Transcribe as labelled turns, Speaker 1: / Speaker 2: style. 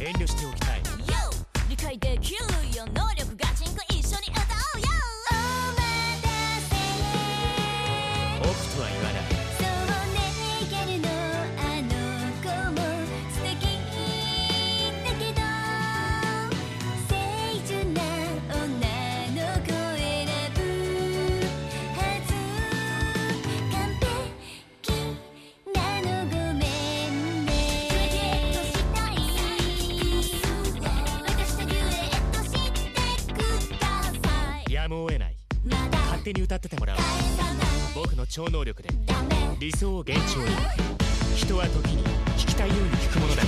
Speaker 1: 遠慮しておきたい
Speaker 2: YO 理解できるよ能力ガチンコ一緒に歌おうよお待た
Speaker 1: 僕とは言わない
Speaker 2: せそうねギャルのあの子も素敵だけど清純な女の子選ぶはず完璧なのごめんねデュエットしたい私とデュエットしてください
Speaker 1: やむを得ない
Speaker 2: まだ
Speaker 1: 勝手に歌っててもらおう
Speaker 2: 返さない
Speaker 1: 僕の超能力で
Speaker 2: ダメ
Speaker 1: 理想を幻聴に人は時に聞きたいように聞くものだ